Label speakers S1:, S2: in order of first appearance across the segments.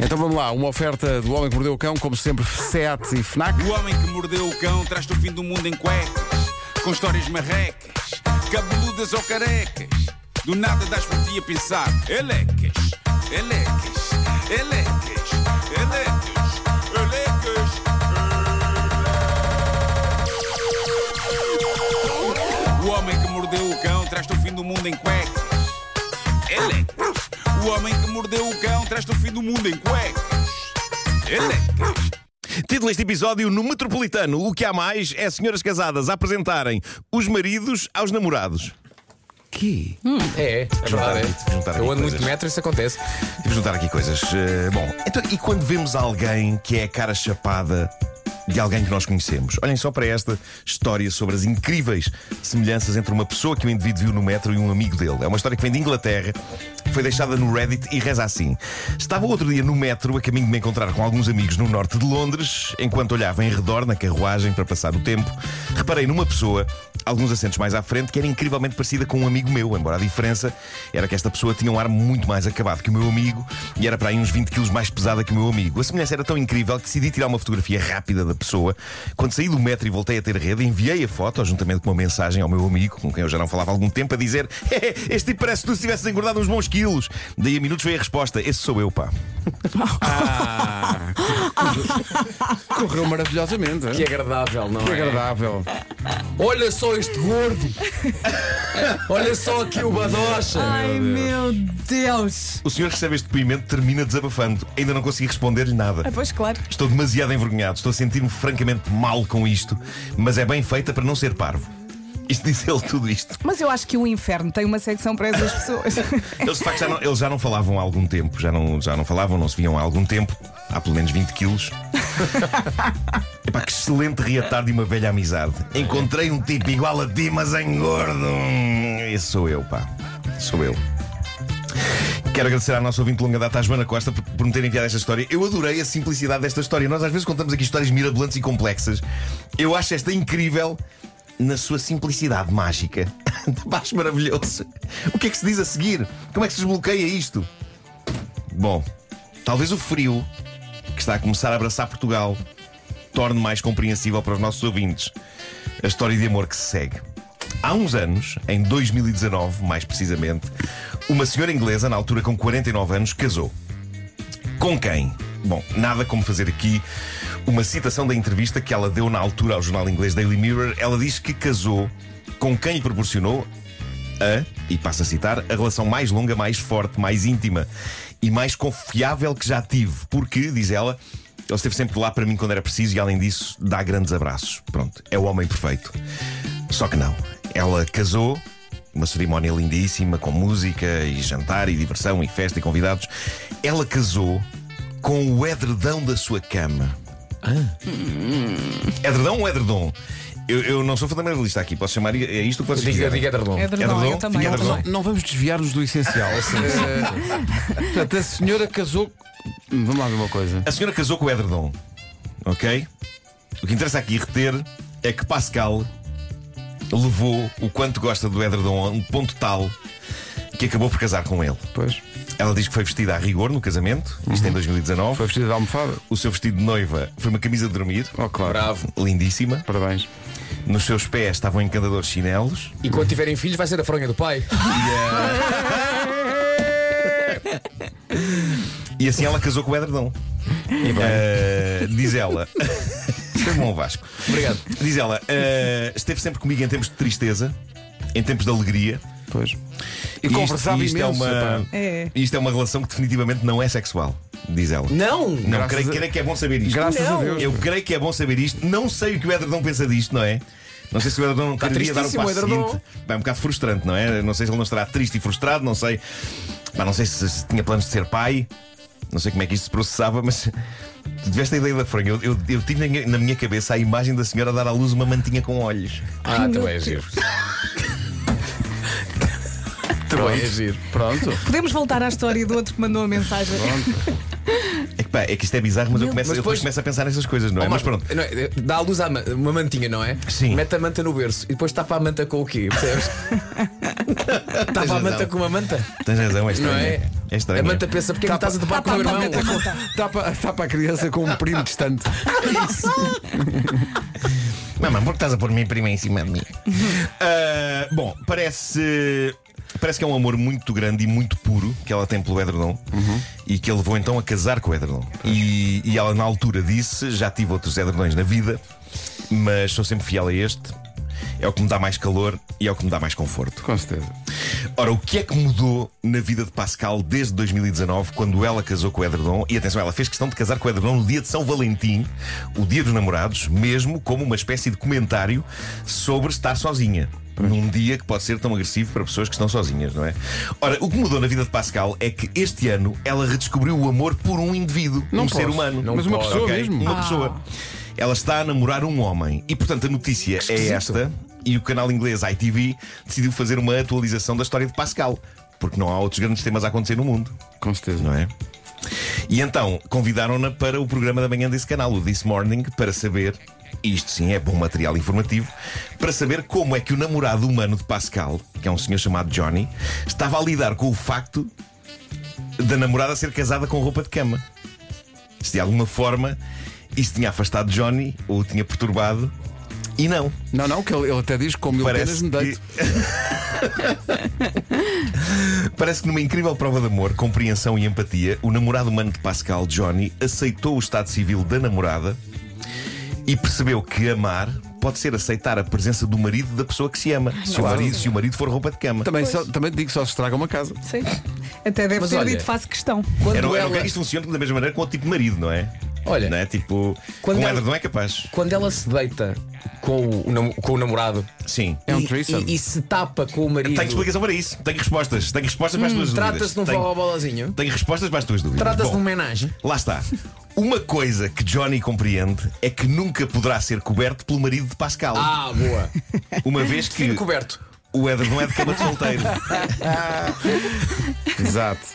S1: Então vamos lá, uma oferta do Homem que Mordeu o Cão, como sempre, SEAT e FNAC.
S2: O homem que mordeu o cão traz-te o fim do mundo em cuecas, com histórias marrecas, cabeludas ou carecas. Do nada das por ti a pensar. Elecas, elecas, elecas, elecas, elecas. O homem que mordeu o cão traz-te o fim do mundo em cuecas. Elecas. O homem que mordeu o cão traz-te o fim do mundo em cuecas. Elecas.
S3: Título deste episódio: No Metropolitano, o que há mais é senhoras casadas a apresentarem os maridos aos namorados. Que?
S4: É, é verdade.
S3: aqui,
S4: é.
S3: vou juntar aqui
S4: Eu ando
S3: coisas.
S4: muito metro e isso acontece.
S3: Tive de juntar aqui coisas. Eh, bom, então, e quando vemos alguém que é a cara chapada de alguém que nós conhecemos? Olhem só para esta história sobre as incríveis semelhanças entre uma pessoa que o indivíduo viu no metro e um amigo dele. É uma história que vem de Inglaterra, foi deixada no Reddit e reza assim: Estava outro dia no metro, a caminho de me encontrar com alguns amigos no norte de Londres, enquanto olhava em redor na carruagem para passar o tempo, reparei numa pessoa, alguns assentos mais à frente, que era incrivelmente parecida com um amigo meu, embora a diferença era que esta pessoa tinha um ar muito mais acabado que o meu amigo e era para aí uns 20 quilos mais pesada que o meu amigo. A semelhança era tão incrível que decidi tirar uma fotografia rápida da pessoa. Quando saí do metro e voltei a ter rede, enviei a foto, juntamente com uma mensagem ao meu amigo, com quem eu já não falava há algum tempo, a dizer: "Eh, Este tipo parece que tu estivesses engordado uns bons quilos. Daí a minutos veio a resposta: Esse sou eu, pá.
S1: Correu maravilhosamente.
S4: Que agradável, não
S1: Ah. Que
S4: é?
S1: agradável.
S4: Olha só este gordo. Olha só aqui o badocha.
S5: Ai meu Deus!
S3: O senhor que recebe este depoimento termina desabafando. Ainda não consegui responder-lhe nada.
S5: Ah, Pois claro.
S3: Estou demasiado envergonhado, estou a sentir-me francamente mal com isto, mas é bem feita para não ser parvo. Isto diz ele tudo isto.
S5: Mas eu acho que o inferno tem uma secção para essas pessoas.
S3: Eles de facto já não, eles já não falavam há algum tempo, já não, já não falavam, não se viam há algum tempo, há pelo menos 20 quilos. Epá, que excelente reatar de uma velha amizade. Encontrei um tipo igual a ti, mas em gordo. Hum, Esse sou eu, pá. Sou eu. Quero agradecer à nossa ouvinte de longa data, à Joana Costa, por, por me ter enviado esta história. Eu adorei a simplicidade desta história. Nós às vezes contamos aqui histórias mirabolantes e complexas. Eu acho esta incrível na sua simplicidade mágica. Acho maravilhoso. O que é que se diz a seguir? Como é que se desbloqueia isto? Bom, talvez o frio que está a começar a abraçar Portugal torne mais compreensível para os nossos ouvintes a história de amor que se segue. Há uns anos, em 2019, mais precisamente, uma senhora inglesa, na altura com 49 anos, casou. Com quem? Bom, nada como fazer aqui uma citação da entrevista que ela deu na altura ao jornal inglês Daily Mirror. Ela diz que casou com quem lhe proporcionou a, É. e passo a citar, a relação mais longa, mais forte, mais íntima e mais confiável que já tive. Porque, diz ela, ele esteve sempre lá para mim quando era preciso e, além disso, dá grandes abraços. Pronto, é o homem perfeito. Só que não. Ela casou, uma cerimónia lindíssima, com música e jantar e diversão e festa e convidados. Ela casou com o edredão da sua cama.
S4: Ah.
S3: Edredão ou edredom? Eu, eu não sou fundamentalista aqui, posso chamar é isto que vocês
S4: Diga,
S3: quiserem.
S4: diga, Adrelon.
S5: É
S3: Edredom,
S5: verdade, eu também.
S3: fica
S5: eu
S3: edredom.
S1: Não,
S5: também.
S1: não vamos desviar-nos do essencial. Eh, Portanto, a senhora casou. Vamos lá ver uma coisa.
S3: A senhora casou com o edredom, ok? O que interessa aqui reter é que Pascal levou o quanto gosta do edredom a um ponto tal que acabou por casar com ele.
S1: Pois.
S3: Ela diz que foi vestida a rigor no casamento, isto em 2019.
S1: Foi vestida de almofada?
S3: O seu vestido de noiva foi uma camisa de dormir,
S1: Oh, claro.
S4: Bravo.
S3: lindíssima.
S1: Parabéns.
S3: Nos seus pés estavam encantadores chinelos.
S4: E quando tiverem filhos, vai ser a fronha do pai.
S3: E assim ela casou com o edredom. Eh, diz ela. Foi bom, Vasco.
S4: Obrigado.
S3: Diz ela, eh, esteve sempre comigo em tempos de tristeza, em tempos de alegria.
S1: Pois. E,
S3: isto-
S1: conversava
S3: isto
S1: imenso.
S3: É uma,
S1: pá.
S5: É.
S3: Isto é uma relação que definitivamente não é sexual, diz ela.
S4: Não!
S3: Não,
S1: Graças
S3: creio,
S1: a-
S3: creio que é bom saber isto.
S1: Graças a Deus.
S3: Eu creio que é bom saber isto. Não sei o que o Edredon pensa disto, não é? Não sei se o Edredon não queria dar o
S4: tristíssimo,
S3: passo
S4: Edredon.
S3: seguinte. Pá, É um bocado frustrante, não é? Não sei se ele não estará triste e frustrado, não sei. Pá, não sei se, se tinha planos de ser pai, não sei como é que isto se processava, mas. Tu tiveste a ideia da franha. Eu, eu, eu tive na minha- na minha cabeça a imagem da senhora a dar à luz uma mantinha com olhos.
S4: Ah, tu és giro. Tu és giro.
S1: Pronto.
S3: Então
S4: Então
S3: é
S4: é
S5: Podemos voltar à história do outro que mandou a mensagem.
S3: É que pá, é que isto é bizarro, mas eu, começo,
S4: mas
S3: eu depois
S4: depois-
S3: começo a pensar nessas coisas, não é?
S4: Oh,
S3: mas
S4: mas
S3: pronto.
S4: não é, dá à luz à ma- uma mantinha, não é?
S3: Sim.
S4: Mete a manta no berço e depois tapa a manta com o quê? Percebes? tapa a
S3: razão.
S4: manta com uma manta.
S3: Tens razão, é
S4: Não
S3: estranho.
S4: é?
S3: É estranho.
S4: A manta pensa, porque é que estás a tapar com o meu irmão?
S1: Tapa, tapa a criança com um primo distante.
S3: Mamãe, por que estás a pôr minha prima em cima de mim? Ah, bom, parece. Parece que é um amor muito grande e muito puro que ela tem pelo Edredon e que ele levou então a casar com o Edredon. E, e ela, na altura, disse: Já tive outros Edredons na vida, mas sou sempre fiel a este. É o que me dá mais calor e é o que me dá mais conforto.
S1: Com certeza.
S3: Ora, o que é que mudou na vida de Pascal desde 2019, quando ela casou com o Edredon? E atenção, ela fez questão de casar com o Edredon no dia de São Valentim, o dia dos namorados, mesmo como uma espécie de comentário sobre estar sozinha. Num dia que pode ser tão agressivo para pessoas que estão sozinhas, não é? Ora, o que mudou na vida de Pascal é que este ano ela redescobriu o amor por um indivíduo, um
S1: posso.
S3: ser humano.
S1: Mas uma
S4: pode,
S1: pessoa
S3: Ok?
S1: mesmo.
S3: Uma pessoa. Ela está a namorar um homem. E portanto a notícia é esta. E o canal inglês ITV decidiu fazer uma atualização da história de Pascal. Porque não há outros grandes temas a acontecer no mundo,
S1: Com certeza.
S3: não é? E então convidaram-na para o programa da manhã desse canal, o This Morning, para saber. e Isto sim é bom material informativo para saber como é que o namorado humano de Pascal, que é um senhor chamado Johnny, estava a lidar com o facto da namorada ser casada com roupa de cama. Se de alguma forma isso tinha afastado Johnny ou o tinha perturbado. E não,
S1: Não, não, que ele, ele até diz que como eu apenas
S3: parece
S1: me
S3: que...
S1: deito.
S3: parece que numa incrível prova de amor, compreensão e empatia, o namorado humano de Pascal, Johnny, aceitou o estado civil da namorada e percebeu que amar pode ser aceitar a presença do marido da pessoa que se ama. se, o marido, se o marido for roupa de cama.
S1: Também, só, também te digo que só se estraga uma casa.
S5: Sim. Até deve
S4: Mas
S5: ter
S4: olha-
S5: dito, faço questão.
S3: Era,
S4: Quando
S3: era,
S4: ela,
S3: Isto funciona da mesma maneira com outro tipo de marido, não é?
S4: Olha,
S3: não é? Tipo, com
S4: quando
S3: o
S4: ela-
S3: Edward não é capaz.
S4: quando ela se deita com o, nam- com o namorado
S3: Sim.
S1: É um
S4: e-
S1: threesome.
S4: e, e se tapa com o marido,
S3: Tenho explicação para isso. Tenho respostas. Tenho respostas para as tuas
S4: trata-se de um
S3: dúvidas. Tenho,
S4: forró-bolazinho?
S3: tenho respostas para as tuas dúvidas.
S4: Trata-se
S3: Bom,
S4: de um uma homenagem?
S3: Lá está. Uma coisa que Johnny compreende é que nunca poderá ser coberto pelo marido de Pascal.
S4: Ah, boa.
S3: uma vez que
S4: Fico coberto.
S3: o Éder não é de cama de solteiro.
S1: Exato.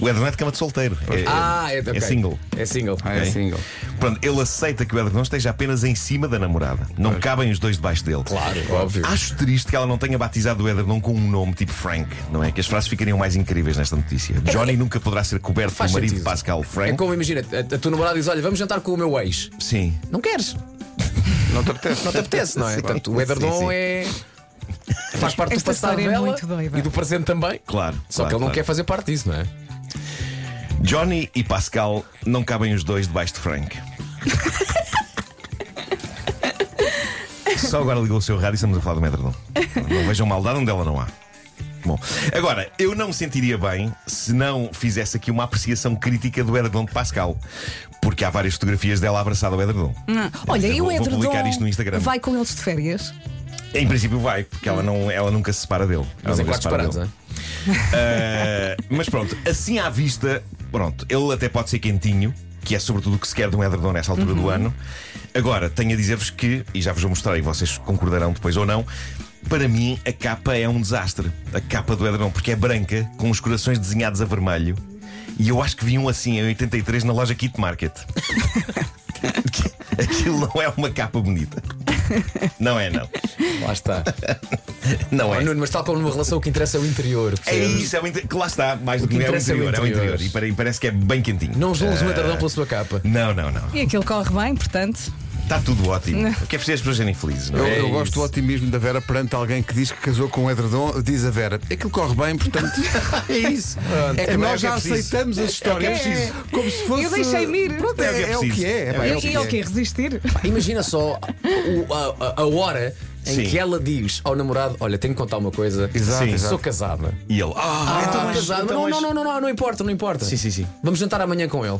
S3: O Éder não é de cama de solteiro. É,
S4: Ah, é,
S3: é
S4: ok.
S3: single.
S4: É single.
S1: Ah, é
S3: Ok.
S1: single.
S3: Pronto, ele aceita que o Éder não esteja apenas em cima da namorada. Não cabem os dois debaixo dele.
S4: Claro, óbvio.
S3: Acho triste que ela não tenha batizado o Edredon com um nome tipo Frank, não é? Que as frases ficariam mais incríveis nesta notícia. Johnny nunca poderá ser coberto pelo
S4: É Faz
S3: marido de
S4: sentido.
S3: Pascal
S4: É
S3: Frank.
S4: como imagina, a, a tua namorada diz: Olha, vamos jantar com o meu ex.
S3: Sim.
S4: Não queres,
S1: Não te apetece.
S4: não te apetece, não é?
S3: Sim.
S4: Portanto, o Ederdon
S3: Sim, sim.
S4: é. Faz parte do
S5: Esta
S4: passado
S5: história é
S4: dela
S5: muito doida.
S4: e do presente também.
S3: Claro,
S4: Só
S3: claro,
S4: que ele não
S3: claro.
S4: quer fazer parte disso, não é?
S3: Johnny e Pascal não cabem os dois debaixo de Frank. Só agora ligou o seu rádio e estamos a falar do Medradão. Não vejam maldade onde ela não há. Bom, agora, eu não me sentiria bem se não fizesse aqui uma apreciação crítica do Edredon de Pascal. Porque há várias fotografias dela abraçada ao Edredon.
S5: Olha,
S3: é eu
S5: e o
S3: vou, vou
S5: Edredom
S3: publicar isto no Instagram.
S5: vai com eles de férias?
S3: Em princípio vai, porque ela, não, ela nunca se separa dele. Ela
S4: Mas
S3: nunca
S4: em
S3: se separa
S4: quartos
S3: dele.
S4: parados, é?
S3: Uh, mas pronto, assim à vista, pronto, ele até pode ser quentinho, que é sobretudo o que se quer de um edredom nessa altura do ano. Agora, tenho a dizer-vos que, e já vos vou mostrar e vocês concordarão depois ou não, para mim a capa é um desastre. A capa do edredom, porque é branca, com os corações desenhados a vermelho. E eu acho que vi um assim em 83 na loja Kit Market. Aquilo não é uma capa bonita. Não é, não.
S4: Lá está.
S3: Não
S4: Oh,
S3: é.
S4: Nuno, mas tal como numa relação, o que interessa é o interior.
S3: É
S4: percebes?
S3: isso, é o inter... que lá está, mais do
S4: O
S3: que,
S4: que
S3: não é o
S4: interessa é o
S3: interior, é o interior.
S4: interior.
S3: E pare- E parece que é bem quentinho. Ah,
S4: Não julgues o Ederdon pela sua capa.
S3: Não, não, não.
S5: E aquilo corre bem, portanto.
S3: Está tudo ótimo. O que é preciso as pessoas serem felizes, não
S1: Eu,
S3: é?
S1: eu
S4: É
S1: gosto
S4: isso.
S1: do otimismo da Vera perante alguém que diz que casou com o Edredon. Diz a Vera, aquilo corre bem, portanto. é isso. É que
S3: É o
S1: nós
S3: que é
S1: já
S3: preciso.
S1: aceitamos as histórias
S5: é preciso.
S1: como se fosse.
S5: Eu deixei-me ir.
S1: Pronto, é,
S3: É
S1: é
S3: o
S1: o
S3: que é
S1: que é.
S3: preciso.
S1: pá,
S5: E
S1: é
S5: e
S1: o que
S5: é o quê? Resistir?
S4: Imagina só o- a, a- a hora em
S3: Sim.
S4: que ela diz ao namorado: Olha, tenho que contar uma coisa.
S1: Exato,
S3: Sim.
S1: exato.
S4: Sou casada.
S3: E ele, ah, então
S4: Sou
S3: mas-
S4: casada.
S3: então
S4: não,
S3: mas-
S4: não, não, não, não, não importa, não importa.
S3: Sim, sim, sim.
S4: Vamos jantar amanhã com ele.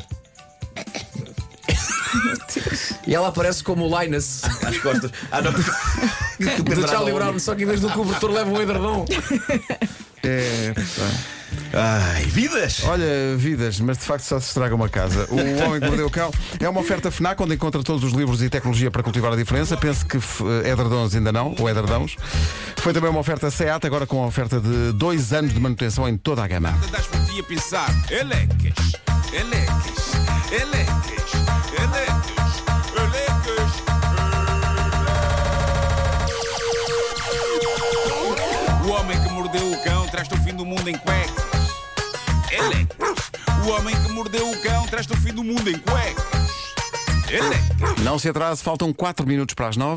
S4: e ela aparece como o Linus
S3: Às costas. Ah, não. Que
S4: do
S3: pedrada
S4: Charlie
S3: ao
S4: Brown,
S3: ombro.
S4: só que em vez do cobertor leva um edredom.
S1: É, pá.
S3: Ai, vidas!
S1: Olha, vidas, mas de facto só se estraga uma casa. O Homem que Mordeu o Cão é uma oferta FNAC onde encontra todos os livros e tecnologia para cultivar a diferença. Penso que f- eh, Edredons ainda não, ou Edredãos. Foi também uma oferta SEAT, agora com a oferta de dois anos de manutenção em toda a gama.
S2: das por ti a pensar. Eleques, eleques, eleques. mundo em cuecas. Elecas. O homem que mordeu o cão traz-te o fim do mundo em cuecas. Elecas.
S1: Não se atrase, faltam 4 minutos para as 9.